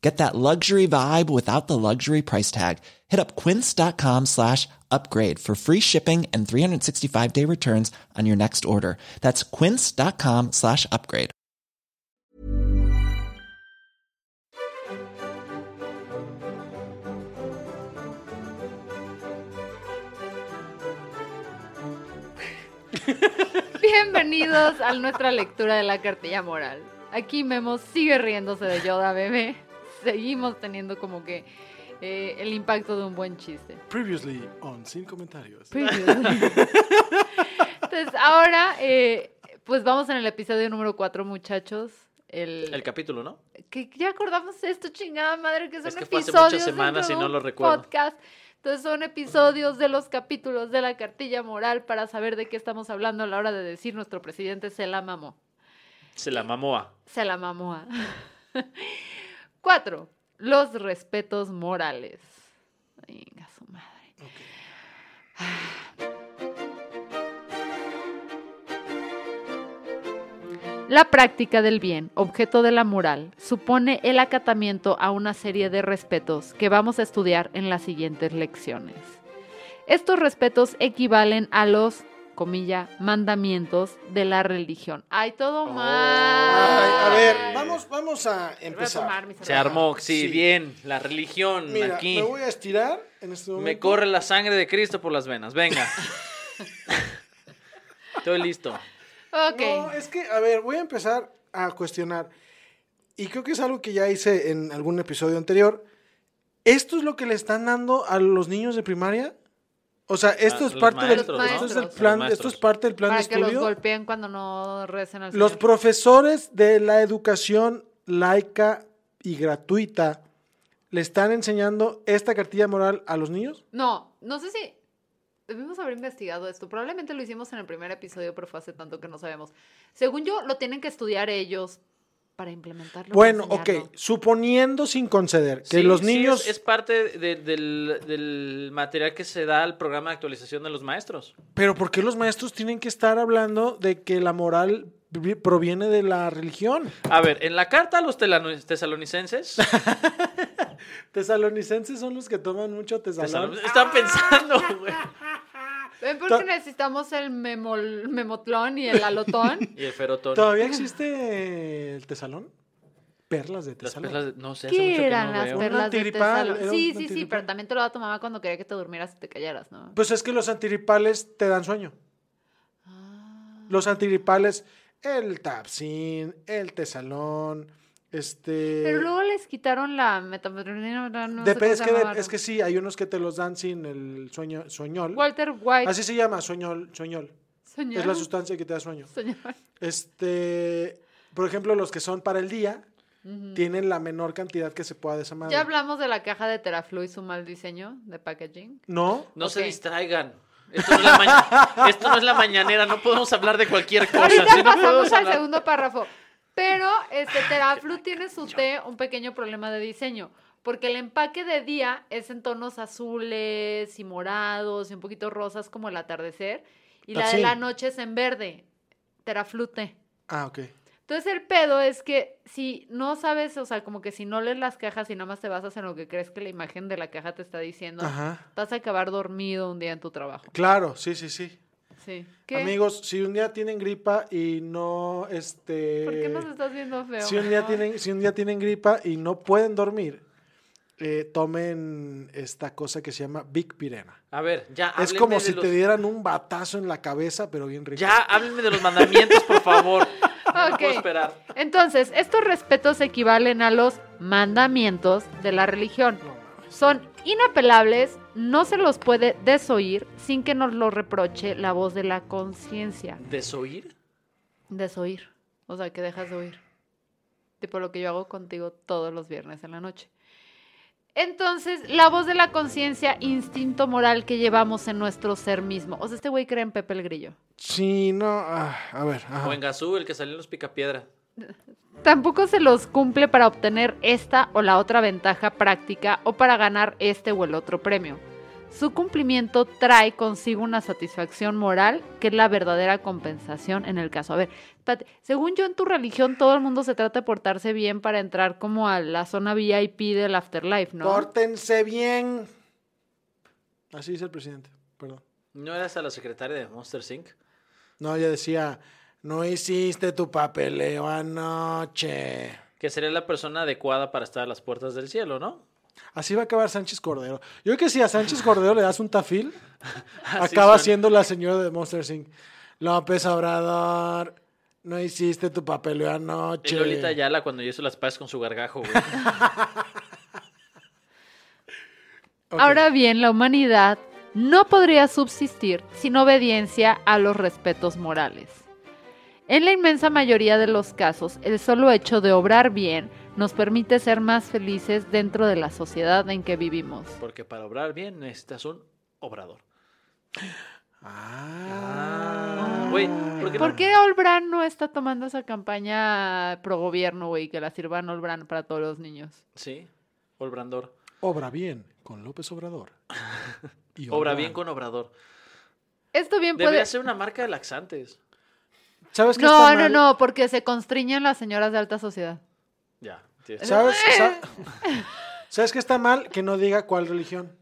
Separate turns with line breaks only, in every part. Get that luxury vibe without the luxury price tag. Hit up quince.com slash upgrade for free shipping and 365 day returns on your next order. That's quince.com slash upgrade.
Bienvenidos a nuestra lectura de la cartilla moral. Aquí Memo sigue riéndose de Yoda, bebé. Seguimos teniendo como que eh, el impacto de un buen chiste.
Previously on Sin Comentarios.
Previously. Entonces, ahora, eh, pues vamos en el episodio número 4, muchachos. El,
El capítulo, ¿no?
que ya acordamos esto, chingada madre, que son
Es que fue hace
episodios.
muchas
dentro
semanas
de
y no
un
lo recuerdo.
Podcast. Entonces son episodios de los capítulos de la cartilla moral para saber de qué estamos hablando a la hora de decir nuestro presidente se la mamó.
Se la mamó a.
Se la mamó. ah. Cuatro, los respetos morales. Venga, su madre. La práctica del bien, objeto de la moral, supone el acatamiento a una serie de respetos que vamos a estudiar en las siguientes lecciones. Estos respetos equivalen a los, comilla, mandamientos de la religión. ¡Ay, todo mal!
Ay, a ver, vamos, vamos a
Voy a tomar
empezar.
mi
Se
cerveza.
armó, sí,
Sí.
bien. La religión
Mira,
aquí.
me
Me,
voy a estirar en este momento.
corre la sangre de Cristo por las venas. Venga. Estoy listo.
Ok.
No, es que, a ver, voy a empezar a cuestionar. Y creo que es algo que ya hice en algún episodio anterior. ¿Esto es lo que le están dando a los niños de primaria? O sea, esto
A
es
los
parte del
maestros,
esto
¿no?
es el
Los
plan,
maestros.
esto es parte del plan
Para
de
que los
estudio. Los,
golpeen cuando no recen al Señor.
profesores de la educación laica y gratuita le están enseñando esta cartilla moral a los niños?
No, no sé si debimos haber investigado esto. Probablemente lo hicimos en el primer episodio, pero fue hace tanto que no sabemos. Según yo, lo tienen que estudiar ellos para implementarlo.
Bueno,
para
ok,
enseñarlo.
suponiendo sin conceder que
Sí,
los
sí,
niños...
es, es parte de- del, del material que se da al programa de actualización de los maestros.
Pero ¿por qué los maestros tienen que estar hablando de que la moral vi- proviene de la religión?
A ver, en la carta a los telano- tesalonicenses.
Tesalonicenses son los que toman mucho tesalón.
tesalon- están pensando, güey.
Ah.
Ven, porque necesitamos el memol- memotlón y el alotón.
Y el ferotón.
¿Todavía existe el tesalón? Perlas de
Las
tesalón.
perlas de- No sé, hace mucho
¿Qué
que
eran
no
las
veo.
perlas de
antirripal,
Tesalo?
era un
Sí, sí, sí,
antirripal.
pero también te lo tomaba cuando quería que te durmieras y te callaras, ¿no?
Pues es que los antiripales te dan sueño.
Ah.
Los antiripales, el tapsin, el tesalón, este...
Pero luego les quitaron la metanfetamina. no sé
Dep-
cómo
es,
se
que de-
llamaba,
es
¿no?
que sí, hay unos que te los dan sin el sueño, sueñol.
Walter White.
Así se llama, sueñol, sueñol. Ah, Es la sustancia que te da sueño.
Señor.
Este, por ejemplo, los que son para el día tienen la menor cantidad que se pueda de esa madre.
Mm. Ya hablamos de la caja de Teraflu y su mal diseño de packaging.
¿No?
No
Ok.
se distraigan. Esto no, es la ma- esto no es la mañanera, no podemos hablar de cualquier cosa.
Ahorita
si no
pasamos
podemos
al
hablar-
segundo párrafo. Pero este Teraflu tiene su té un pequeño problema de diseño. Porque el empaque de día es en tonos azules y morados y un poquito rosas como el atardecer. Y la de
Así.
la noche es en verde. Teraflute.
Ah, ok.
Entonces el pedo es que si no sabes, o sea, como que si no lees las cajas y nada más te basas en lo que crees que la imagen de la caja te está diciendo,
Ajá.
vas a acabar dormido un día en tu trabajo.
Claro, sí, sí, sí.
Sí. ¿Qué?
Amigos, si un día tienen gripa y no, este...
¿Por qué nos estás viendo feo?
si un día
Ay.
tienen, si un día tienen gripa y no pueden dormir, eh, tomen esta cosa que se llama Big Pirena.
A ver, ya
Es
háblenme
como
de
si
los-
te dieran un batazo en la cabeza, pero bien rico.
Ya háblenme de los mandamientos, por favor. No puedo
Ok.
esperar.
Entonces, estos respetos equivalen a los mandamientos de la religión.
No mames.
Son inapelables, no se los puede desoír sin que nos lo reproche la voz de la conciencia.
¿Desoír?
Desoír. O sea, que dejas de oír. Tipo lo que yo hago contigo todos los viernes en la noche. Entonces, la voz de la conciencia, instinto moral que llevamos en nuestro ser mismo. O sea, este güey cree en Pepe el Grillo.
Sí, no. ah, a ver. ajá.
O en Gazú, el que salió en los picapiedra.
Tampoco se los cumple para obtener esta o la otra ventaja práctica o para ganar este o el otro premio. Su cumplimiento trae consigo una satisfacción moral que es la verdadera compensación en el caso. A ver, espérate, según yo en tu religión todo el mundo se trata de portarse bien para entrar como a la zona VIP del afterlife, ¿no?
Pórtense bien. Así dice el presidente. Perdón.
¿No eras a la secretaria de Monster Inc?
No, ella decía, no hiciste tu papeleo anoche.
Que sería la persona adecuada para estar a las puertas del cielo, ¿no?
Así va a acabar Sánchez Cordero. Yo creo que si a Sánchez Cordero le das un tafil,
Así
acaba
son.
siendo la señora de Monster Inc. López Obrador, no hiciste tu papeleo
Y
anoche.
Lolita Ayala cuando hizo las paces con su gargajo, güey.
Ok.
Ahora bien, la humanidad no podría subsistir sin obediencia a los respetos morales. En la inmensa mayoría de los casos, el solo hecho de obrar bien nos permite ser más felices dentro de la sociedad en que vivimos.
Porque para obrar bien necesitas un obrador.
Ah.
Güey, ¿por qué no?
¿Por qué Olbran no está tomando esa campaña pro gobierno, güey, que la sirvan Olbran para todos los niños?
Sí, obrador.
Obra bien con López Obrador. Y
Obra bien con obrador.
Esto bien
Debería
puede...
ser una marca de laxantes.
¿Sabes qué
No,
está
no,
mal?
no, porque se constriñen las señoras de alta sociedad.
Ya. tienes-
¿Sabes, sa- ¿Sabes qué está mal? Que no diga cuál religión.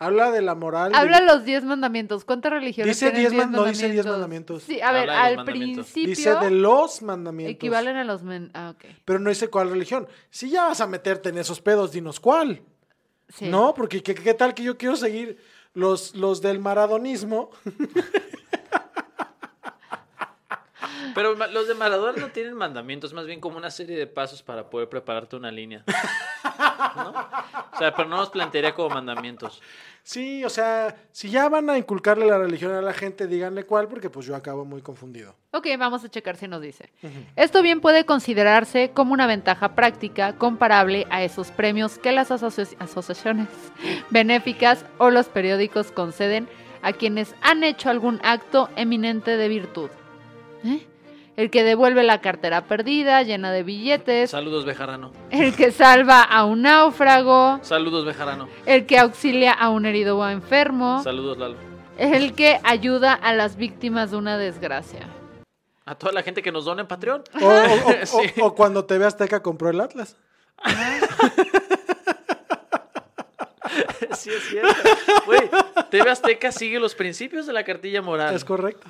Habla de la moral. de-
Habla los 10 mandamientos. ¿Cuántas religiones
Dice
tienen
diez
10
man- no dice diez mandamientos.
Sí, a ver,
Habla de los
al
mandamientos.
principio
Dice de los mandamientos.
equivalen a los... men- ah, ok.
Pero no dice cuál religión. Si ya vas a meterte en esos pedos, dinos cuál.
Sí.
No, porque ¿qué, qué tal que yo quiero seguir los, los del maradonismo?
Pero ma- los de Maradona no tienen mandamientos, más bien como una serie de pasos para poder prepararte una línea. ¿No? O sea, pero no los plantearía como mandamientos.
Sí, o sea, si ya van a inculcarle la religión a la gente, díganle cuál, porque pues yo acabo muy confundido.
Ok, vamos a checar si nos dice. Esto bien puede considerarse como una ventaja práctica comparable a esos premios que las asoci- asociaciones benéficas o los periódicos conceden a quienes han hecho algún acto eminente de virtud. ¿Eh? El que devuelve la cartera perdida, llena de billetes,
Saludos, Bejarano.
el que salva a un náufrago,
Saludos, Bejarano.
el que auxilia a un herido o enfermo,
Saludos, Lalo.
el que ayuda a las víctimas de una desgracia.
A toda la gente que nos dona en Patreon.
O, o- o-
Sí.
o- o cuando TV Azteca compró el Atlas.
Sí, es cierto. Güey, TV Azteca sigue los principios de la cartilla moral.
Es correcto.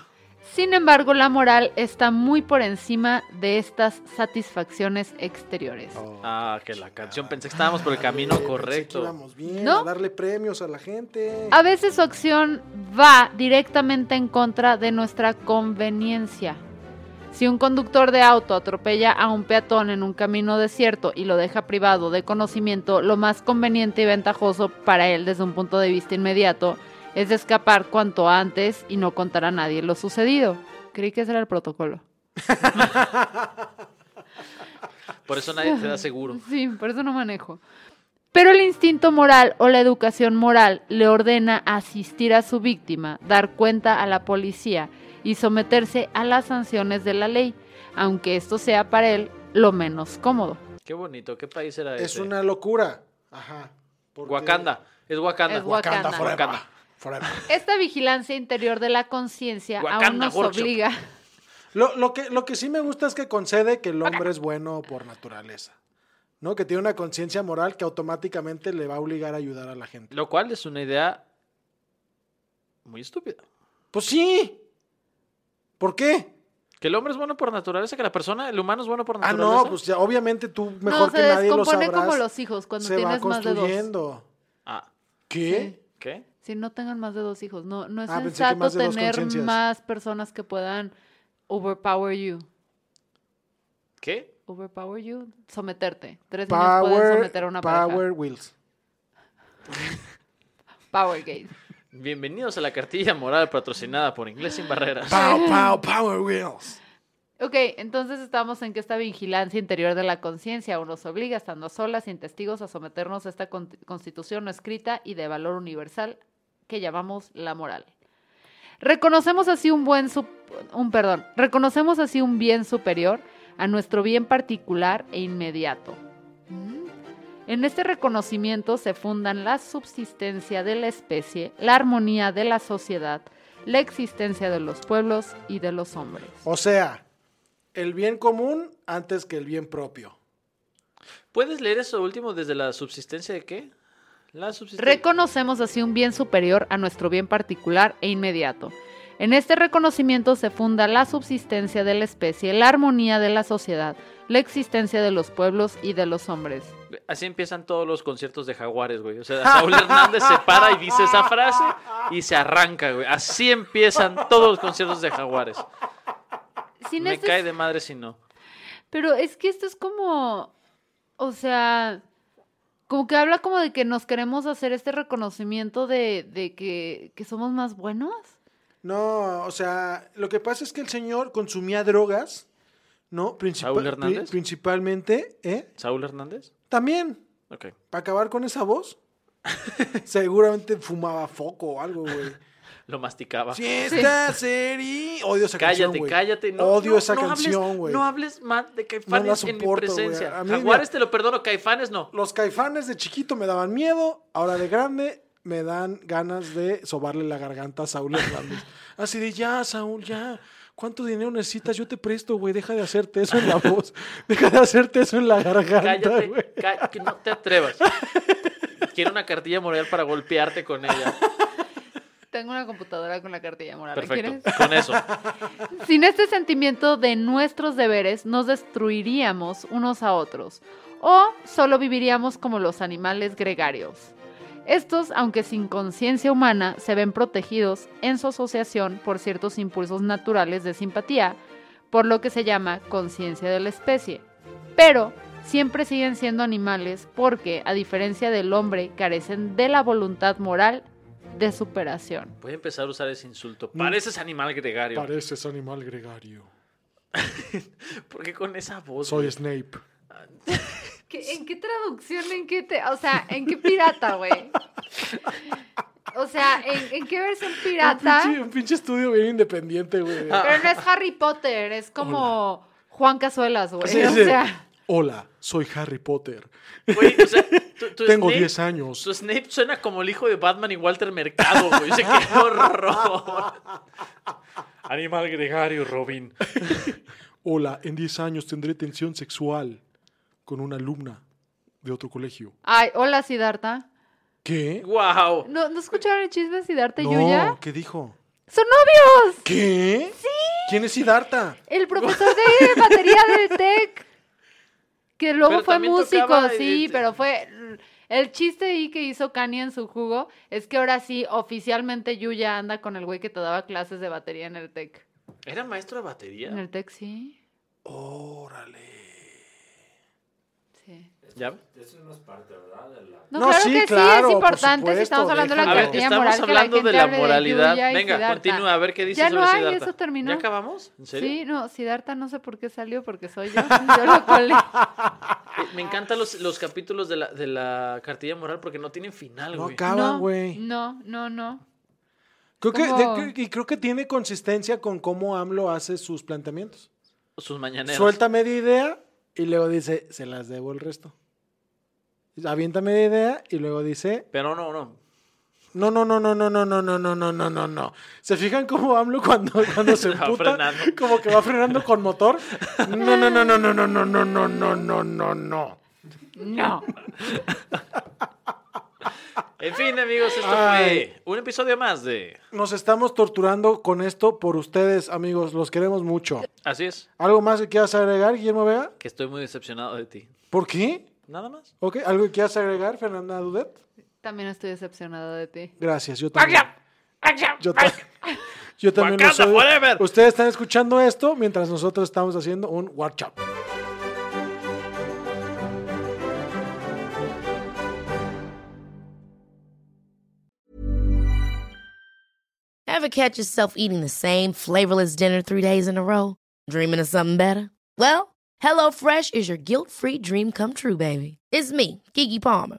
Sin embargo, la moral está muy por encima de estas satisfacciones exteriores.
Ah, que la canción. Pensé que estábamos por el
Eh,
camino correcto.
Vamos bien,
¿No?
a darle premios a la gente.
A veces su acción va directamente en contra de nuestra conveniencia. Si un conductor de auto atropella a un peatón en un camino desierto y lo deja privado de conocimiento, lo más conveniente y ventajoso para él desde un punto de vista inmediato es escapar cuanto antes y no contar a nadie lo sucedido. Creí que ese era el protocolo.
Por eso nadie te da seguro.
Sí, por eso no manejo. Pero el instinto moral o la educación moral le ordena asistir a su víctima, dar cuenta a la policía y someterse a las sanciones de la ley, aunque esto sea para él lo menos cómodo.
Qué bonito. ¿Qué país era
es
ese?
una locura. Ajá. porque-
Wakanda. Es Wakanda.
Es
Wakanda,
Wakanda.
forever.
Wakanda.
Forever.
Esta vigilancia interior de la conciencia aún
Wakanda
nos
Workshop.
obliga.
Lo, lo que, lo que sí me gusta es que concede que el hombre es bueno por naturaleza. ¿No? Que tiene una conciencia moral que automáticamente le va a obligar a ayudar a la gente.
Lo cual es una idea muy estúpida.
Pues sí. ¿Por qué?
Que el hombre es bueno por naturaleza, que la persona, el humano es bueno por
Ah,
naturaleza.
no, pues ya obviamente tú mejor
no,
que
se
nadie lo
descompone
sabrás.
como los hijos cuando
se va
tienes más de dos.
construyendo.
Ah,
¿Qué?
¿qué?
Si no tengan más de dos hijos, no, no es
Ah, pensé que
sensato
más de dos
tener
conciencias.
más personas que puedan overpower you.
¿Qué?
Overpower you, someterte. Tres niños pueden
Power,
someter a una
power Wheels.
pareja. Power Gate.
Bienvenidos a la cartilla moral patrocinada por Inglés sin Barreras.
Pow, pow, Power Wheels.
Ok, entonces estamos en que esta vigilancia interior de la conciencia aún nos obliga, estando solas, sin testigos, a someternos a esta con- constitución no escrita y de valor universal que llamamos la moral. Reconocemos así un buen sup- un perdón, reconocemos así un bien superior a nuestro bien particular e inmediato. Mm. En este reconocimiento se fundan la subsistencia de la especie, la armonía de la sociedad, la existencia de los pueblos y de los hombres.
O sea, el bien común antes que el bien propio.
¿Puedes leer eso último desde la subsistencia de qué? La subsistencia.
Reconocemos así un bien superior a nuestro bien particular e inmediato. En este reconocimiento se funda la subsistencia de la especie, la armonía de la sociedad, la existencia de los pueblos y de los hombres.
Así empiezan todos los conciertos de Jaguares, güey. O sea, Saúl Hernández se para y dice esa frase y se arranca, güey. Así empiezan todos los conciertos de Jaguares.
Sin
Me
este-
cae de madre si no.
Pero es que esto es como, o sea, como que habla como de que nos queremos hacer este reconocimiento de, de que, que somos más buenos.
No, o sea, lo que pasa es que el señor consumía drogas, ¿no? Principa-
¿Saúl Hernández?
pri- principalmente, ¿eh?
¿Saúl Hernández?
También,
Ok.
para acabar con esa voz, seguramente fumaba foco o algo, güey.
Lo masticaba.
Si esta serie... Odio esa
cállate,
canción, güey.
cállate. No,
Odio
no,
esa
no hables-
canción, güey.
No hables mal
No
de
la
Caifanes en mi
soporto, güey.
presencia.
A mí,
Jaguares
mira-
te lo perdono, Caifanes no.
Los caifanes de chiquito me daban miedo, ahora de grande me dan ganas de sobarle la garganta a Saúl Hernández. Así de, ya, Saúl, ya. ¿Cuánto dinero necesitas? Yo te presto, güey. Deja de hacerte eso en la voz. Deja de hacerte eso en la garganta,
Cállate,
güey.
ca- que no te atrevas. Quiero una cartilla moral para golpearte con ella.
Tengo una computadora con la cartilla moral. ¿la quieres?
Perfecto, con eso.
Sin este sentimiento de nuestros deberes, nos destruiríamos unos a otros o solo viviríamos como los animales gregarios. Estos, aunque sin conciencia humana, se ven protegidos en su asociación por ciertos impulsos naturales de simpatía, por lo que se llama conciencia de la especie. Pero siempre siguen siendo animales porque, a diferencia del hombre, carecen de la voluntad moral de superación.
Voy a empezar a usar ese insulto.
Mm.
Pareces animal gregario.
Pareces animal gregario.
Porque con esa voz.
Soy
güey?
Snape.
¿Qué- ¿En qué traducción? ¿En qué te, o sea, en qué pirata, güey? O sea, ¿en, en qué versión
Un
pirata?
pinche, un pinche estudio bien independiente, güey.
Pero no es Harry Potter, es como Juan Cazuelas, güey.
Sí,
o
sí.
sea,
Hola, soy Harry Potter.
Güey, o sea, tu- tu
Tengo
Snape-
10 años.
Su Snape suena como el hijo de Batman y Walter Mercado, güey. O sea, qué horror. Animal gregario, Robin.
Hola, en 10 años tendré tensión sexual con una alumna de otro colegio.
ay, hola Sidarta.
¿Qué?
¡Wow!
¿No, ¿no escucharon el chisme de Sidarta y ¿Este Yuya?
¿qué dijo?
¡Son novios!
¿Qué? Sí. ¿Quién es Siddhartha?
El profesor de batería del TEC. Que luego
Pero
fue
también
músico,
tocaba,
sí,
eh,
pero fue. El chiste ahí que hizo Kanye en su jugo es que ahora sí, oficialmente Yuya anda con el güey que te daba clases de batería en el TEC.
¿Era maestro de
En
batería?
el TEC, sí.
Órale.
sí.
¿Ya?
No,
No,
claro
sí,
que sí,
claro,
es
por
importante si
supuesto,
estamos hablando de la
A
déjalo.
ver,
cartilla moral.
estamos
que
hablando
gente
de la
hable
moralidad.
Yuya y
Venga,
Siddhartha.
continúa, a ver qué dices
Ya
sobre
no hay,
Siddhartha.
eso terminó.
¿Ya acabamos? ¿En serio?
Sí, no, Siddhartha no sé por qué salió, porque soy yo. Yo lo colé.
Eh, Me encantan los, los capítulos de la, de la cartilla moral porque no tienen final,
No
güey.
acaban,
No,
güey.
no, no, no.
Creo que,
¿Cómo?
de- que- y creo que tiene consistencia con cómo AMLO hace sus planteamientos.
Sus mañaneras.
Suelta media idea y luego dice, se las debo el resto. Avienta media idea y luego dice,
Pero no, no.
no, no, no, no, no, no, no, no, no, no, no, no, no. ¿Se fijan cómo AMLO cuando, cuando se
Va
emputa?
frenando.
Como que va frenando con motor. No, no, no, no, no, no, no, no, no, no, no, no, no.
No.
En fin, amigos, esto
Ay.
fue un episodio más de.
Nos estamos torturando con esto por ustedes, amigos. Los queremos mucho.
Así es,
¿Algo más que quieras agregar, Guillermo Vega?
que estoy muy decepcionado de ti.
¿Por qué?
Nada más.
¿Ok? ¿Algo que quieras agregar, Fernanda Dudet?
También estoy decepcionada de ti.
Gracias, yo también. Yo, ta- yo también
Wakanda
lo soy.
forever.
Ustedes están escuchando esto mientras nosotros estamos haciendo un WhatsApp.
Ever catch yourself eating the same flavorless dinner three days in a row? Dreaming of something better? Well, HelloFresh is your guilt-free dream come true, baby. It's me, Gigi Palmer.